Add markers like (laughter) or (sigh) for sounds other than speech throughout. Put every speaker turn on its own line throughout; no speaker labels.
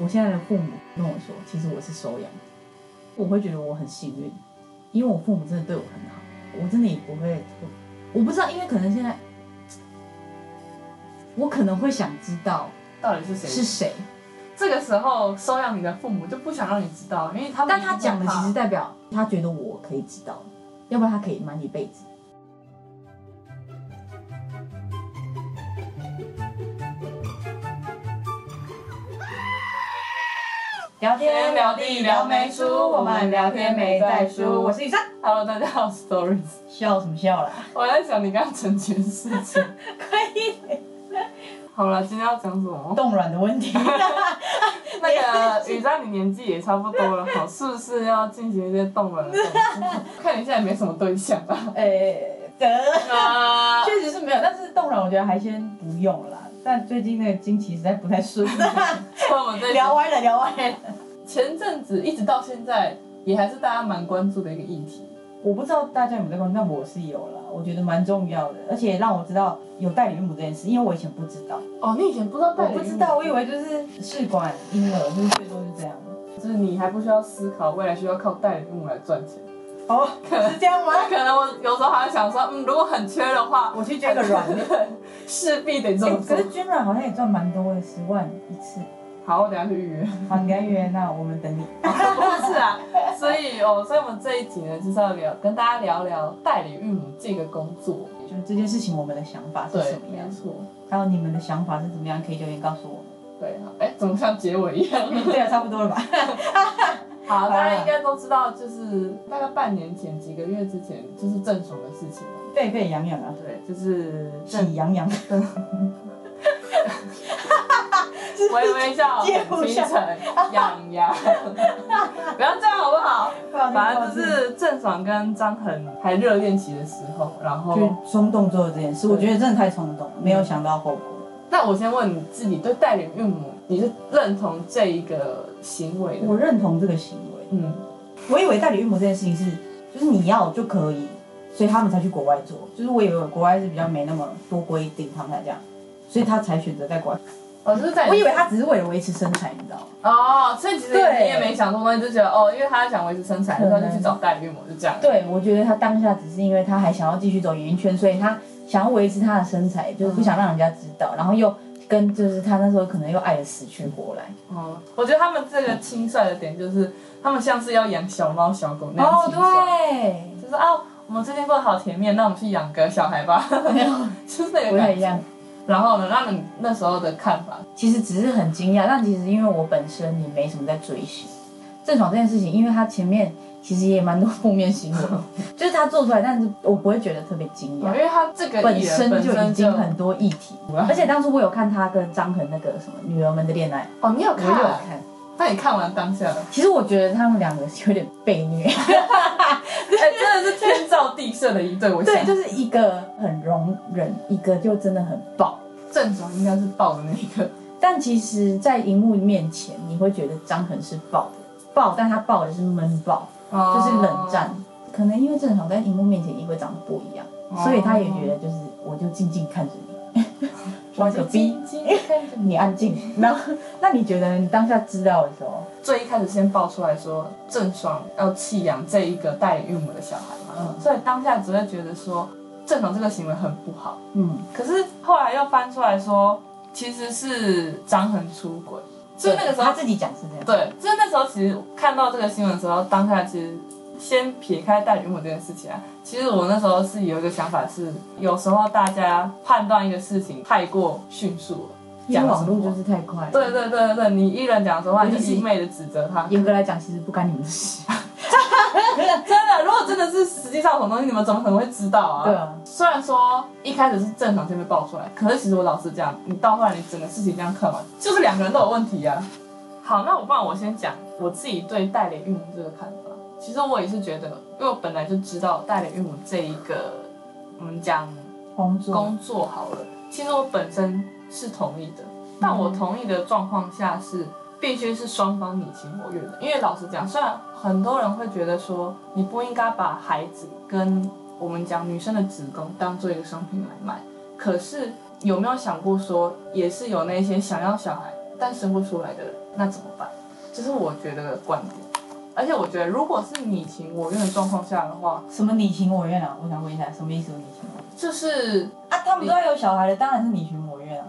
我现在的父母跟我说，其实我是收养的，我会觉得我很幸运，因为我父母真的对我很好，我真的也不会，我不知道，因为可能现在，我可能会想知道
到底是谁？
是谁，
这个时候收养你的父母就不想让你知道，因为他们
但他讲的其实
实
代表他觉得我可以知道，要不然他可以瞒你一辈子。聊
天聊地聊没输我们聊天没在输我是
雨
(laughs)
珊。
Hello，大家好，Stories。
笑什么笑
(laughs)
啦？
(laughs) 我在想你刚刚整件事情。 (laughs)
可以
好了，今天要讲什
(laughs)
么？
冻卵的问题。
那个雨珊，你年纪也差不多了，好，是不是要进行一些动人的动作？看你现在没什么对象啊。
诶、得，
啊
确实是没有，但是冻卵我觉得还先不用了啦。但最近那个经期实在不太顺，
(laughs) 所以我们这一集
(laughs) 聊歪了，聊歪了。
前阵子一直到现在，也还是大家蛮关注的一个议题。
我不知道大家有没有在关注，但我是有啦，我觉得蛮重要的，而且让我知道有代理孕母这件事，因为我以前不知道，
哦，你以前不知道代
我
理孕母，
不知道，我以为就是试管婴儿，就是最多是这样。
就是你还不需要思考未来需要靠代理孕母来赚钱。
哦， (laughs) 是这样吗？
那可能我有时候还会想说，嗯，如果很缺的话，
我去捐个卵，
势必得这
诶
么
(laughs) 可
(laughs) 做。
是捐卵好像也赚蛮多的，十万一次。
好，我等一下去预约。
好，你跟约，那啊我们等你。
不是啊，所以哦，所以我们这一集呢，就是要聊跟大家聊聊代理孕母这个工作。
就是这件事情，我们的想法是
对
什，么
没
样？
错。
还有你们的想法是怎么样？可以留言告诉 (laughs) 我们。
对，好哎，怎么像结尾 (laughs) 一样？
对啊，差不多了吧？
好，大家应该都知道，就是大概半年前、几个月之前，就是郑爽的事情嘛。
沸沸扬扬啊，
对，就是
喜洋 (laughs) 洋。
微微笑，
接不
清
上
(laughs) 晨，痒痒，不要这样好不好？反正就是郑爽跟张恒还热恋期的时候，然后
就冲动做的这件事，我觉得真的太冲动了，没有想到后果。
那我先问你自己，对代理孕母，你是认同这一个行为的吗？
我认同这个行为，
嗯，
我以为代理孕母这件事情是，就是你要就可以，所以他们才去国外做。就是我以为国外是比较没那么多规定，他们才这样，所以他才选择在国外。
哦，就是在
我以为他只是为了维持身材，你知道吗？
哦，所以其实
对
你也没想多，你就觉得哦，因为他想维持身材，
可
所
能
以他就去找代理孕母，就这样。
对，我觉得他当下只是因为他还想要继续走演艺圈，所以他想要维持他的身材，就是不想让人家知道，然后又跟就是他那时候可能又爱的死去活来。
哦，我觉得他们这个轻率的点就是，他们像是要养小猫小狗那样
哦，
轻率。
对，
就是啊，我们最近过得好甜蜜，那我们去养个小孩吧， (laughs) 就是那
不
个
太
感
哦一
觉。
样。
然后呢，那你那时候的看法，
其实只是很惊讶，但其实因为我本身也没什么在追星。郑爽这件事情，因为她前面其实也蛮多负面新
(laughs)
闻，就是她做出来，但是我不会觉得特别惊
因
讶，
为他这个
本
艺人
身
本
就已
身
经很多议题。
哇
而且当初我有看她跟张恒那个什么《女儿们的恋爱》，
哦，你有
我
看？
有看。
(laughs) 那你看完当下，
(laughs)
哎、
其实我觉得他们两个有点被虐，
哎真的是天造地设的一对，我
对，
想
就是一个很容忍，一个就真的很爆。
郑爽应该是抱的那一个，
但其实，在荧幕面前，你会觉得张恒是爆的，爆，但他爆的是闷爆，
哦
(laughs) 就是冷战。。可能因为郑爽在荧幕面前也会长得不一样，
哦
所以他也觉得就是我就静静看着你，我
就
个逼，你安静。然后，那你觉得你当下知道的时候，
最一开始先爆出来说郑爽要弃养这一个代理孕母的小孩嘛，
嗯
所以当下只会觉得说郑爽这个行为很不好。
嗯，
可是后来又翻出来说，其实是张恒出轨，所以那个时
对他
候，
自己讲是这样，
对，所以那时候其实看到这个新闻的时候，当下其实先撇开代理孕母这件事情啊，其实我那时候是有一个想法是，有时候大家判断一个事情太过迅速了，
因为网
什么
络就是太快。
对，对对对对，你一人讲什么话，你
尤
就
其是
一昧的指责他。
严格来讲，其实不干你们的事。
真的，如果真的是实际上有什么东西，你们怎么可能会知道啊？
对啊，
虽然说一开始是郑爽先被爆出来，可是其实我老实讲，你到后来你整个事情这样看完，就是两个人都有问题啊。好，那我不然我先讲我自己对代理孕母这个看法。其实我也是觉得，因为我本来就知道代理孕母这一个，我们讲
工作
工作好了，其实我本身是同意的，但我同意的状况下是必须是双方你情我愿的。因为老实讲，虽然很多人会觉得说你不应该把孩子跟我们讲女生的子宫当做一个商品来卖，可是有没有想过说，也是有那些想要小孩但生不出来的人，那怎么办？这是我觉得的观点。而且我觉得，如果是你情我愿的状况下的话，
什么你情我愿啊？我想问一下，什么意思？你情我愿
就是
啊？他们都要有小孩了，当然是你情我愿啊。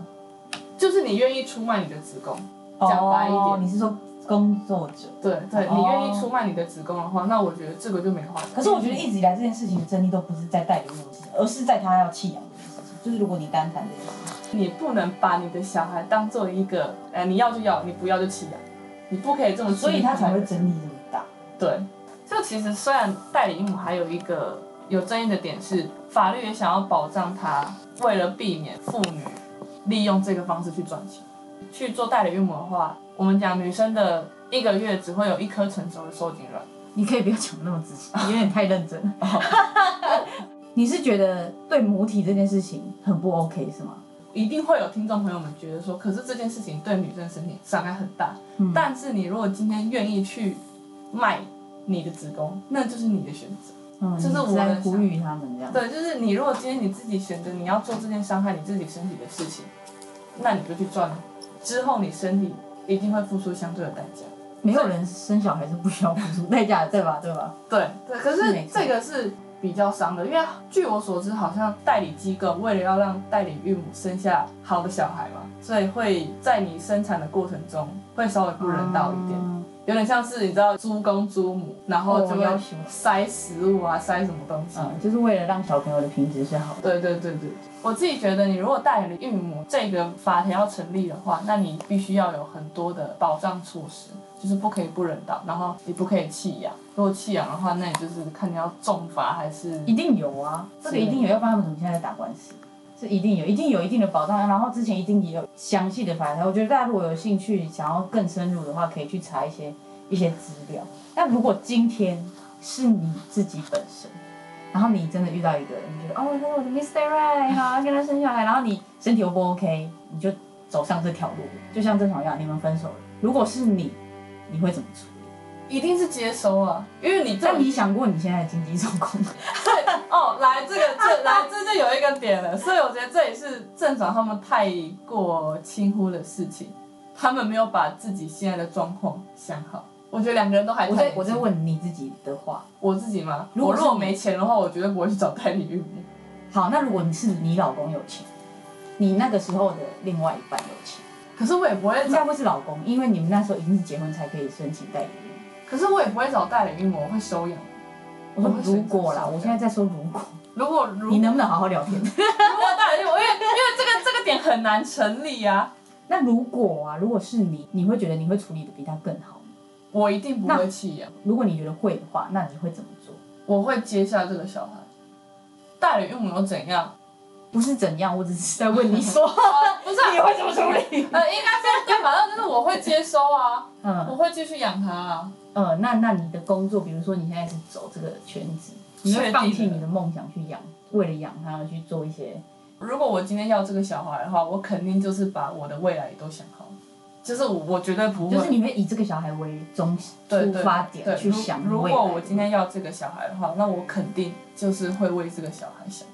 就是你愿意出卖你的子宫，讲白一点
哦你是说工作者？
对对，你
哦
愿意出卖你的子宫的话，那我觉得这个就没话讲。
可是我觉得一直以来这件事情的争议都不是在代理孕母，而是在他要弃养这件事情。就是如果你单谈这件事情，
你不能把你的小孩当做一个，呃，你要就要，你不要就弃养，你不可以这么轻
所
易
以他才
看待
会
人
争议这么大。
对，就其实虽然代理孕母还有一个有争议的点是，法律也想要保障她，为了避免妇女利用这个方式去赚钱，去做代理孕母的话，我们讲女生的一个月只会有一颗成熟的受精卵，
你可以不要讲那么仔细，有点太认真
(laughs)
了。你是觉得对母体这件事情很不 OK 是吗？
一定会有听众朋友们觉得说，可是这件事情对女生身体伤害很大，但是你如果今天愿意去卖你的子宫，那就是你的选择。
嗯，
这是我的
你在呼吁他们这样。
对，就是你如果今天你自己选择你要做这件伤害你自己身体的事情，那你就去赚，之后你身体一定会付出相对的代价。
没有人生小孩是不需要付出代价的，对吧？对吧？
对对，可
是
是
没错
这个是比较伤的，因为据我所知，好像代理机构为了要让代理孕母生下好的小孩嘛，所以会在你生产的过程中会稍微不人道一点，
嗯
有点像是你知道猪公猪母，然后就
哦
会
要求
塞食物啊，塞什么东西。
嗯，就是为了让小朋友的品质是好的。
对对对对，我自己觉得，你如果代理孕母这个法条要成立的话，那你必须要有很多的保障措施，就是不可以不人道，然后你不可以弃养。如果弃养的话，那你就是看你要重罚还 (laughs) 是
一定有啊，这个一定有，要不然他们怎么现在在打官司？是一定有，一定有一定的保障。然后之前一定也有详细的法条，我觉得大家如果有兴趣想要更深入的话，可以去查一些一些资料。那如果今天是你自己本身，然后你真的遇到一个人，你觉得哦，那我的 Mr. Right 好，要跟他生小孩，然后你身体又不 OK，你就走上这条路，就像郑爽一样，你们分手了。如果是你，你会怎么处理？
一定是接收啊，因为你这
但你想过你现在的经济状况吗？
哦，来这个这来这就有一个点了，所以我觉得这也是郑爽他们太过轻忽的事情，他们没有把自己现在的状况想好。我觉得两个人都还
我 (laughs)
太
在我在问你自己的话，
我自己吗？
如
我
果
如
是
果
你
没钱的话，我绝对不会去找代理孕母。
好，那如果你是你老公有钱，你那个时候的另外一半有钱，
可是我也不会
应
找，
该会是老公，因为你们那时候一定是结婚才可以申请代理孕。
可是我也不会找代理孕母，我会收养。
我说
哦
如果
啊
啦，我现在在说如果， (laughs)
如果如
你
果
能不能好好聊天？ (laughs)
代理孕母，因为因为这个这个点很难成立啊，
那如果啊，如果是你，你会觉得你会处理的比他更好吗？
我一定不会弃养，
如果你觉得会的话，那你会怎么做？
我会接下这个小孩。代理孕母又怎样？
不是怎样，我只是在问你说 (laughs)
不是啊、
你会怎么处理？
呃，应该说对，反正就是我会接收啊，我
嗯
会继续养他啊。
呃，那那你的工作，比如说你现在是走这个全职，你会
确定的
放弃你的梦想去养，为了养他而去做一些
如果我今天要这个小孩的话，我肯定就是把我的未来也都想好，就是我我绝对不会
就是你会以这个小孩为中心
对
出发点
对
去想
如如
未
果
来
我今天要这个小孩的话，那我肯定就是会为这个小孩想。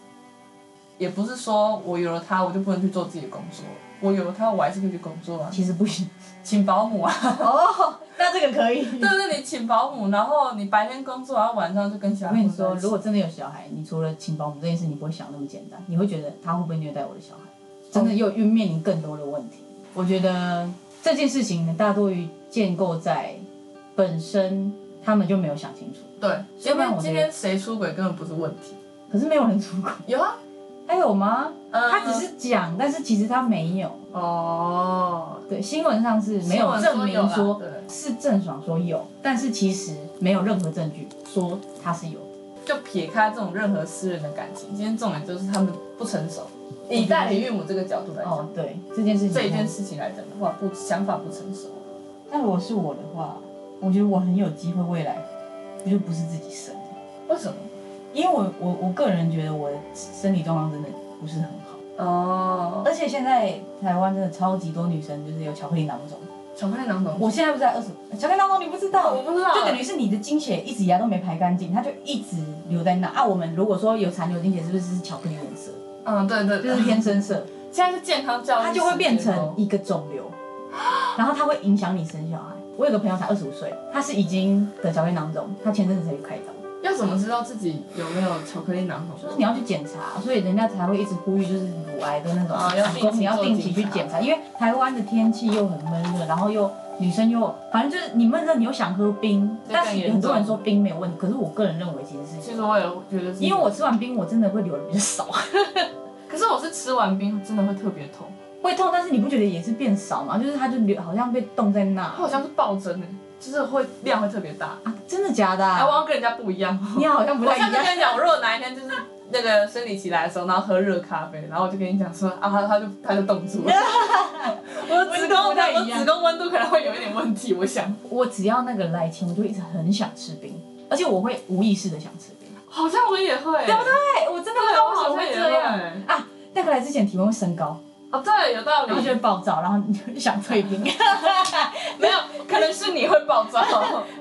也不是说我有了他，我就不能去做自己的工作。我有了他，我还是可以去工作啊，
其实不行
(laughs) 请保
(laughs)
姆啊，
哦，那这个可以。
对不对？你请保姆，然后你白天工作，然后晚上就跟小
我
孩
跟你
混在
说，
一起
如果真的有小孩，你除了请保姆这件事，你不会想那么简单，你会觉得他会不会虐待我的小孩，真的又又面临更多的问题。我觉得这件事情大多于建构在本身他们就没有想清楚，
对，
要
今
不然
天
我觉得
今天谁出轨根本不是问题。
可是没有人出轨， (laughs)
有啊，
还有吗？
呃
他只是讲，但是其实他没有。
哦，
对，新闻上是没有证明
新
说
闻有啦
是郑爽说有，但是其实没有任何证据说他是有的。
对，就撇开这种任何私人的感情，今天重点就是他们不成熟。以代理孕母这个角度来讲，
哦，对，这件事情。
这一件。事情来讲的话，不想法不成熟。
那如果是我的话，我觉得我很有机会未来，我就不是自己生，
为什么？
因为我我我个人觉得我的身体状况真的不是很好，
哦，
而且现在台湾真的超级多女生就是有巧克力囊肿，
巧克力囊肿，
我现在不是在二十，巧克力囊肿你不知道
啊
我。不知道，
就等于是你的经血一直以来都没排干净，它就一直留在那啊。我们如果说有残留经血，是不是是巧克力颜色，
嗯，对对，
就是
嗯
偏深色，
现在是健康教育，哦
它就会变成，一个肿瘤。
然后它会影响你生小孩。我有个朋友才二十五岁，他是已经得巧克力囊肿，他前阵子才去开刀，
要怎么知道自己有没有巧克力囊
就是
肿？
你要去检查，所以人家才会一直呼吁就是乳癌的那种
啊要
子
定期
宫你要
做
定期去
检
检查，
查
因为台湾的天气又很闷热，然后又女生又反正就是你闷热，你又想喝冰，
这
但
更
是
严
很多人
重
说冰没有问题，可是我个人认为其实是
其实我也觉得是，
因为我吃完冰，我真的会流的比较少，
可是我是吃完冰真的会特别痛，
会痛，但是你不觉得也是变少吗？就是它就流，好像被冻在那
它好像是暴增诶、欸就是会量会特别大。
啊，真的假的啊、
哎、我要跟人家不一样。
(laughs) 你好像不
我
太
上
一
次
样。
跟你讲，我如果哪一天就是那个生理期来的时候，然后喝热咖啡，然后我就跟你讲说啊，他他就他就冻 (laughs) 住了。我的子宫
不太一
我
样
子宫温度可能会有一点问题，我想
我只要那个来前，我就一直很想吃冰，而且我会无意识的想吃冰。
好像我也会，对不对？
哎、我真的不知
对，啊
道
我
为什么
好像
会
也
这样。啊
会。
那个来之前体温会升高，
哦，对，有道理
然后。就会暴躁，然后你就想退 (laughs) 冰。
没有，可能是你会暴 (laughs) 躁。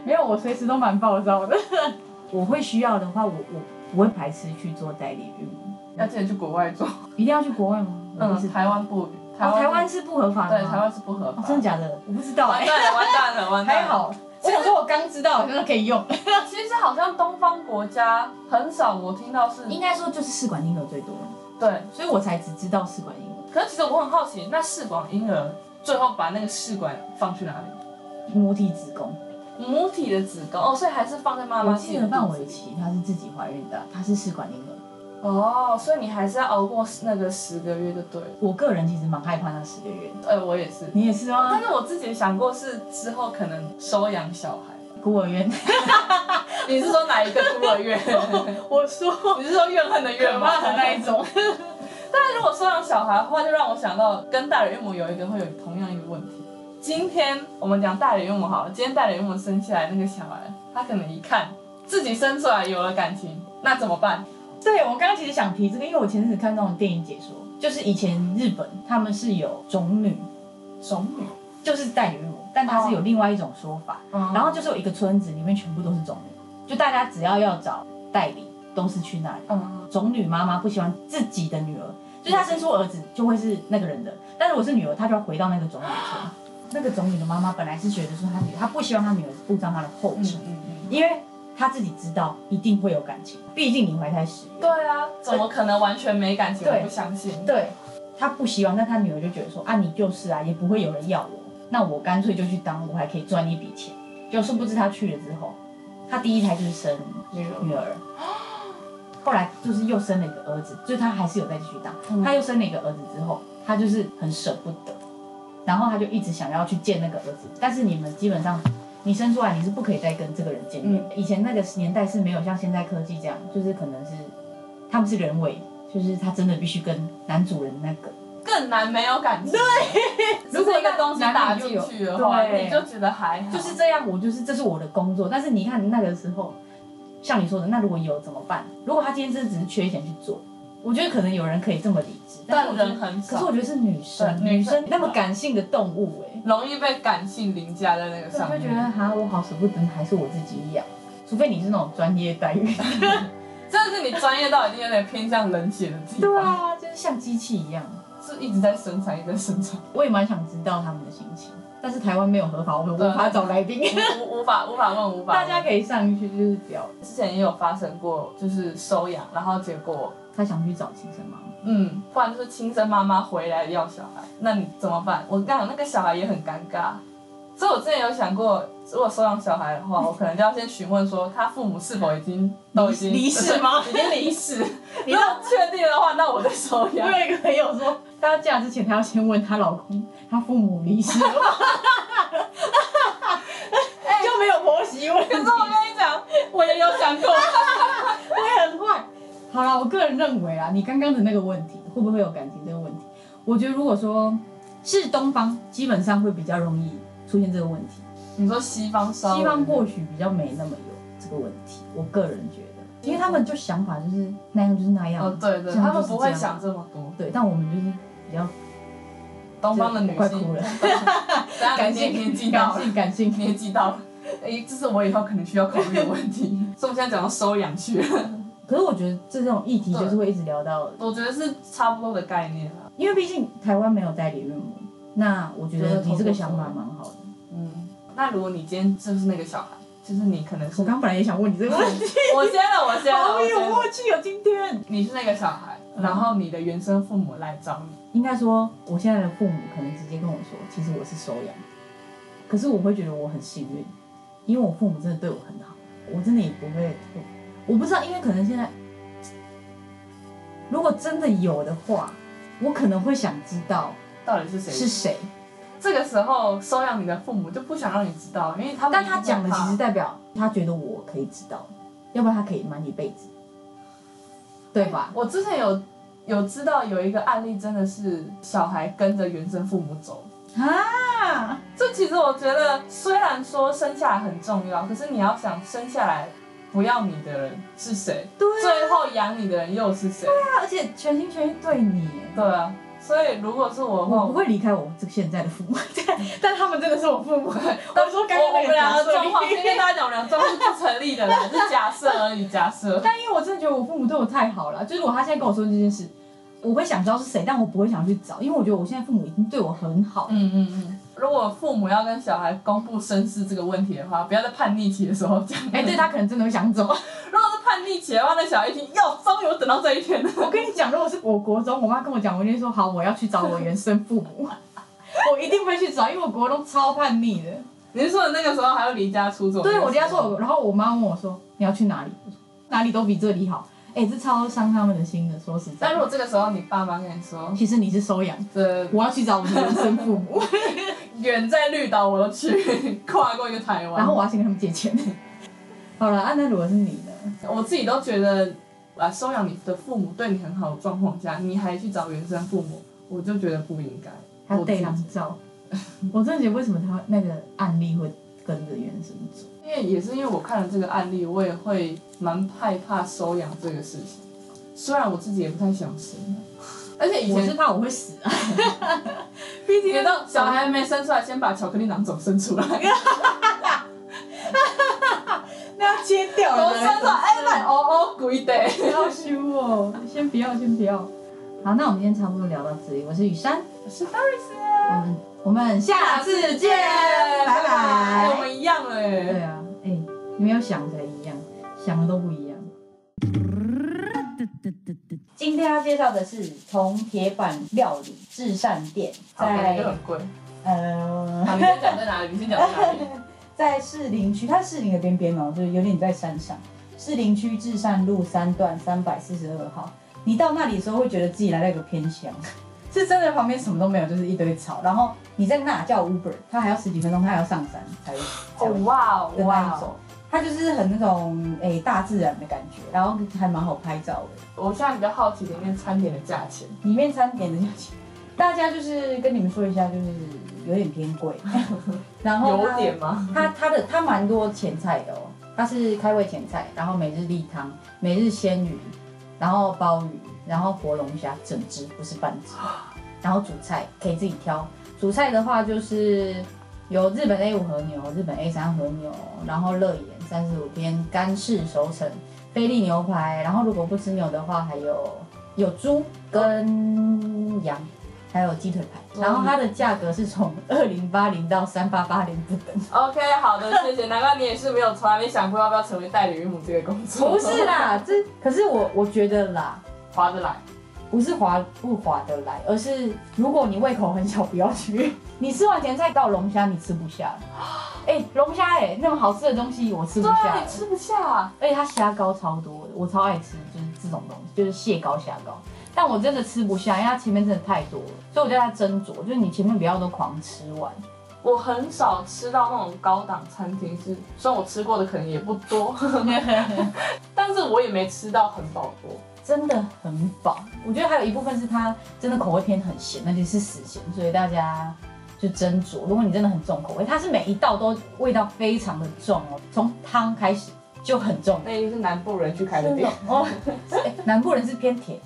没有，我随时都蛮暴躁的。 (laughs) 我会需要的话，我我不会排斥去做代理孕母。
要记得去国外做。
一定要去国外吗？我不
嗯
知，道
台湾不，
哦，台湾是不合法的
对
吗
台湾是不合法
哦。真的假的？我不知道哎、
完蛋了，完蛋了，完蛋了。
还好，我想说我刚知道，现在可以 (laughs) 用。
其实好像东方国家很少，我听到是
应该说就是试管婴儿最多，
对。
所以我才只知道试管婴儿。
可是其实我很好奇，那试管婴儿最后把那个试管放去哪里？
母体子宫，
母体的子宫哦，所以还是放在妈
我
妈
记
自己
得
的
范
肚
玮
子。
琪她是自己怀孕的，她是试管婴儿。
哦，所以你还是要熬过那个十个月就对了。
我个人其实蛮害怕那十个月的，
呃，我也是，
你也是哦吗
但？是我自己想过是之后可能收养小孩。
孤儿院， (laughs)
你是说哪一个孤儿院？
我说
你是说怨恨的怨
可
吗
怕？的那一种。
但如果收养小孩的话，就让我想到跟大人岳母有一个会有同样一个问题。今天我们讲大人岳母好了，今天大人岳母生下来那个小孩，他可能一看自己生出来有了感情，那怎么办？
对，我刚刚其实想提这个，因为我前阵子看那种电影解说，就是以前日本他们是有种女，
种女，
就是代理孕母，但它是有另外一种说法。然
然后
后就是有一个村子里面全部都是种女，就大家只要要找代理都是去那里。
嗯，
种女妈妈不喜欢自己的女儿，就是她生出儿子就会是那个人的，但是我是女儿，她就要回到那个种女村。那个种女的妈妈本来是觉得说她女，她不希望她女儿步上她的后
嗯
尘，
嗯嗯，
因为她自己知道一定会有感情，毕竟你怀胎十月。
对啊，怎么可能完全没感情？
对
我不相信。
对，她不希望，但她女儿就觉得说啊，你就是啊，也不会有人要我，那我干脆就去当，我还可以赚一笔钱。就殊不知她去了之后，她第一胎就是生
女儿，
女儿， (gasps) 后来就是又生了一个儿子，就是他还是有再继续当
嗯，
他又生了一个儿子之后，他就是很舍不得，然后他就一直想要去见那个儿子，但是你们基本上。你生出来你是不可以再跟这个人见
嗯
面。以前那个年代是没有像现在科技这样，就是可能是他们是人为，就是他真的必须跟男主人那个。
更难没有感情。对，如
如
果
果
一个东西打
男女
进
又有
去的话，
对
你就觉得还好。
就是这样，我就是这是我的工作。但是你看那个时候，像你说的，那如果有怎么办？如果他今天真的只是缺钱去做，我觉得可能有人可以这么理智，是
但
我觉
人
得，
很
可
少
是，我觉得是女生，
对
女
女生
生那么感性的动物、欸，
容易被感性凌驾在那个
哎，
上
我
面。
就觉得哈，我好舍不得，还是我自己养。除非你是那种专业代 (laughs) 孕，
真的是你专业到已经有点偏向冷血的地方，
对啊， (laughs) 就是像机器一样。
是一直在生产，一直在生产，
我也蛮想知道他们的心情，但是台湾没有合法，我们
对
无法找来宾。
(laughs)
(laughs)
无无无法无法问无法
大
问。
家可以上去就是聊，
之前也有发生过，就是收养，然后结果，
他想去找亲生妈妈。
嗯，不然就是亲生妈妈回来要小孩，那你怎么办？我跟你讲，那个小孩也很尴尬，所以我之前有想过，如果收养小孩的话，我可能就要先询问说他父母是否已经都已 (laughs) 经
离世吗
已经离世，如果确定的话，那我再收养
我。
(laughs)
有一个朋友说，她要嫁之前，她要先问她老公，她父母离世 (laughs) 了吗，就没有婆媳问题，
可是我跟你讲，我也有想过。
会很坏。好了，我个人认为啊，你刚刚的那个问题，会不会有感情这个问题，我觉得如果说是东方，基本上会比较容易出现这个问题，
你说西方稍微
西方或许比较没那么有这个问题，我个人觉得，因为他们就想法就是那样就是那样，
嗯哦，对对，
这样
他
就
们
是
不
这
会
样
想这么多。
对，但我们就是比较
东方的女
快
性
哭，
(laughs)
了，
当然
感
你也年纪
性
到
感
了，
性感性。
年纪到了，哎，这是我以后可能需要考虑的问题。 (laughs) 所以我们现在讲到收养去了，
可是我觉得这种议题就是会一直聊到，
我觉得是差不多的概念啦。
因为毕竟台湾没有代理孕母，那我觉得你这个想法蛮好的。
嗯，那如果你今天就是那个小孩，就是你可能是
我刚本来也想问你这个问题，
(laughs) 我先了，我先了，
好
我先
有
了。
默契哦，今天。
你是那个小孩，然后你的原生父母来找你，
应该说，我现在的父母可能直接跟我说，其实我是收养的，可是我会觉得我很幸运，因为我父母真的对我很好，我真的也不会，我不知道，因为可能现在，如果真的有的话，我可能会想知道
到底是谁？
是谁，
这个时候收养你的父母就不想让你知道，因为他们
但他讲的其实
实
代表他觉得我可以知道，要不然他可以瞒一辈子，对吧？
我之前有有知道有一个案例，真的是小孩跟着原生父母走。
啊，
这其实我觉得，虽然说生下来很重要，可是你要想生下来不要你的人是谁，
对
最后养你的人又是谁？
啊，而且全心全意对你耶。
对啊，所以如果是我的话，
我不会离开我这个现在的父母， (laughs) 但但他们真的是我父母。我说刚
嗯我
刚
我
那
们
个
两
假
个
设
状况，
里
先跟大家讲，我们两个状况是不成立的啦，是假设而已，假设。
(laughs) 但因为我真的觉得我父母对我太好了，就是我他现在跟我说这件事，我会想知道是谁，但我不会想去找，因为我觉得我现在父母已经对我很好。
嗯嗯嗯。如果父母要跟小孩公布身世这个问题的话，不要在叛逆期的时候讲。
哎、对他可能真的会想走。 (laughs)
如果是叛逆期的话，那小孩一听，要终于我等到这一天了。
我跟你讲，如果是我国中，我妈跟我讲，我一定说好，我要去找我原生父母， (laughs) 我一定会去找，因为我国中超叛逆的。
你是说你那个时候还要离家出走？
对我家说，然后我妈问我说你要去哪里，我说哪里都比这里好。哎、这超伤他们的心的，说实在
但如
的。
果这个时候你爸妈跟你说，
其实你是收养
这
我要去找我的人生父母，
远在绿岛我都去，跨过一个台湾。
(laughs) 然后我要先跟他们借钱。 (laughs) 好了，啊，那如果是你呢？
我自己都觉得，啊，收养你的父母对你很好的状况下，你还去找原生父母，我就觉得不应该。
还有
我自己
对狼照，我真的觉得为什么他那个案例会跟着原生走？
因为也是因为我看了这个案例，我也会蛮害怕收养这个事情。虽然我自己也不太想生啊，而且以
欸我
前
是怕我会死啊， (laughs) 毕
觉
竟
得小孩还没生出来，先把巧克力囊肿生出来，
那要切掉
我
了，
生出来，哎妈，哦哦，鬼的。
不要羞哦，先不要，先不要。好，那我们今天差不多聊到这里，我是雨珊，
是的，
我们我们嗯下次见，拜
哎我
拜。
们一样哎
对。啊，哎、你们要想才一样，想的都不一样。今天要介绍的是铜铁板料理至善店，
感觉
在
就很 (laughs) 贵。好，
呃
你先讲在哪里？你先讲在哪里？
在士林区，它士林的边边哦，就是有点在山上。士林区至善路三段三百四十二号，你到那里的时候会觉得自己来到一个偏乡， (laughs) 是真的旁边什么都没有，就是一堆草。然后你在那叫 Uber，它还要十几分钟，它还要上山才会才
哦
会
哇哦
的那
哇
一
哦！
种，它就是很那种诶、大自然的感觉，然后还蛮好拍照的。
我现在比较好奇里面餐点的价钱，
里面餐点的价钱，大家就是跟你们说一下，就是有点偏
(laughs)
贵，然后
有
它
点吗？
它它的它蛮多前菜的哦，它是开胃前菜，然后每日例汤、每日鲜鱼，然后鲍鱼，然后活龙虾整只不是半只，然后主菜可以自己挑。主菜的话就是有日本 A 五和牛、日本 A 三和牛，然后乐眼三十五天干式熟成菲力牛排，然后如果不吃牛的话，还有有猪跟羊。还有鸡腿排，然后它的价格是从二零八零到三八八零不等。
OK，好 (laughs) 的，谢谢。难怪你也是没有从来没想过要不要成为代理孕母这个工作，
不是啦， (laughs) 这可是我我觉得啦，
(laughs) 划得来。
不是划不划得来，而是如果你胃口很小，不要去。 (laughs) 你吃完甜菜到龙虾，你吃不 (gasps) 下了。哎、龙虾哎，那种好吃的东西我吃不
对
下
啊，
了
你，吃不下。
而且它虾膏超多的，我超爱吃，就是这种东西，就是蟹膏、虾膏。但我真的吃不下，因为它前面真的太多了，所以我叫它斟酌，就是你前面不要都狂吃完。
我很少吃到那种高档餐厅是，虽然我吃过的可能也不 (laughs) 多，但是我也没吃到很饱过。
真的很饱。我觉得还有一部分是它真的口味偏很咸，那就是死咸，所以大家就斟酌。如果你真的很重口味，它是每一道都味道非常的重哦，从汤开始就很重。
那一定是南部人去开的
真
店啊
的，哦，哎南部人是偏甜，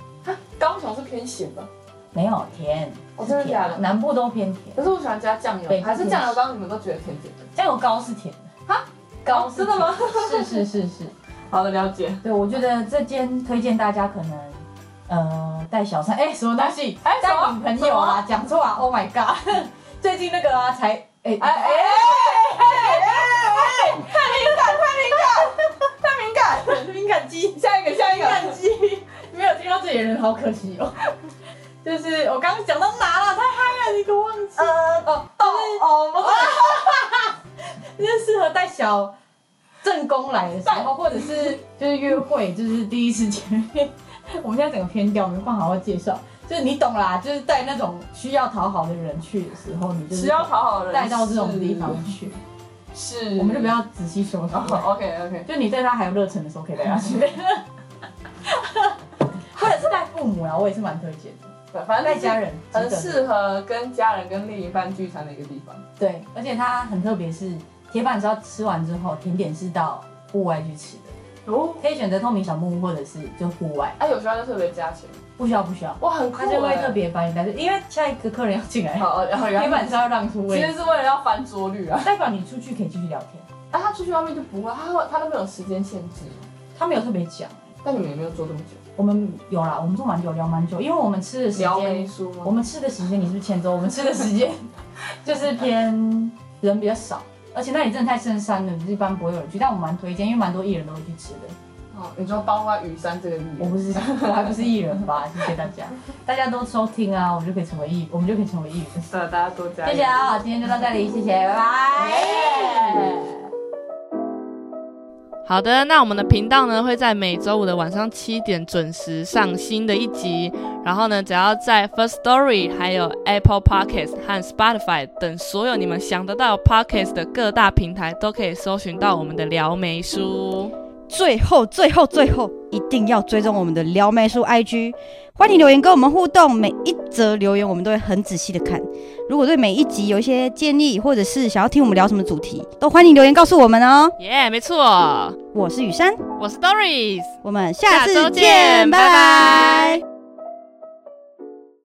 高雄是哦偏咸吧？
没有甜，
哦
是
真的
甜
假的
南部都偏甜，
可是我喜欢加酱
北
油，
部
还是酱油膏？你们都觉得甜甜的？
酱油膏是甜的，
哈，
膏是
真的吗？
甜？是是是是，
好的，了解。
对，我觉得这间推荐大家可能。呃，带小三哎、什么东西？
哎什
带
么
女朋友啊？讲错啊！Oh my god！ (laughs) 最近那个啊，才哎
哎
(laughs)
哎哎哎！太敏感，太敏感，太敏感！
敏感肌，
下一个，下一
敏感
个，
肌，没有听到这里的人好可惜哦。 (laughs) 就是我刚刚讲到哪了？太嗨了，你给我忘记。
呃，哦，到哦，我
就是适合带小正宫来的时候，或者是就是约会，就是第一次见面。 (laughs) 我们现在整个偏掉，没办法好好介绍。就是你懂啦，就是带那种需要讨好的人去的时候，你就
只
是
要讨好人，
带到这种地方去，
是，
我们就不。要仔细说说。
哦，OK OK，
就你对他还有热忱的时候，可以带他去。或者是带父母啊，我也是蛮推荐的，呃
反
(laughs)
正
带家，人
很
值得
适合跟家人跟另一半聚餐的一个地方。
对，而且它很特别，是铁板烧吃完之后，甜点是到户外去吃的。
哦，
可以选择透明小木屋，或者是就户外，
哎，有需要就特别加钱，
不需要不需要，
哇，很酷
他就会特别把你带因为下一个客人要进哦来，
好，然后
铁
然后，
板是要让出
其
位
实，是为了要翻桌率啊。
代表你出去可以继续聊天。
啊，他出去外面就不会，他他那边有时间限制，
他没有特别讲，
但你们也没有做这么久。
我们有啦，我们做蛮久，聊蛮久，因为我们吃的时
聊没
间，
书吗
我？们吃的时间你是不是欠周？我们吃的时间 (laughs) 就是偏人比较少，而且那里真的太深山了，一般不会有人去，但我蛮推荐，因为蛮多艺人都会去吃的。
哦，你说包括雨山这个地
我
方，
不是，我还不是艺人吧？谢谢大家，大家都收听啊，我们就可以成为艺，我们就可以成为艺人。
对，大家多加
谢
油
谢啊，今天就到这里，谢谢，拜拜。
好的，那我们的频道呢会在每周五的晚上七点准时上新的一集。然后呢，只要在 First Story、还有 Apple Podcast 和 Spotify 等所有你们想得到 Podcast 的各大平台，都可以搜寻到我们的撩梅书。
最后，最后，最后，一定要追踪我们的撩妹叔 IG，欢迎留言跟我们互动，每一则留言我们都会很仔细的看。如果对每一集有一些建议，或者是想要听我们聊什么主题，都欢迎留言告诉我们哦。
耶、没错，
我是雨珊，
我是 Doris，
我们下次
下周
见，拜拜。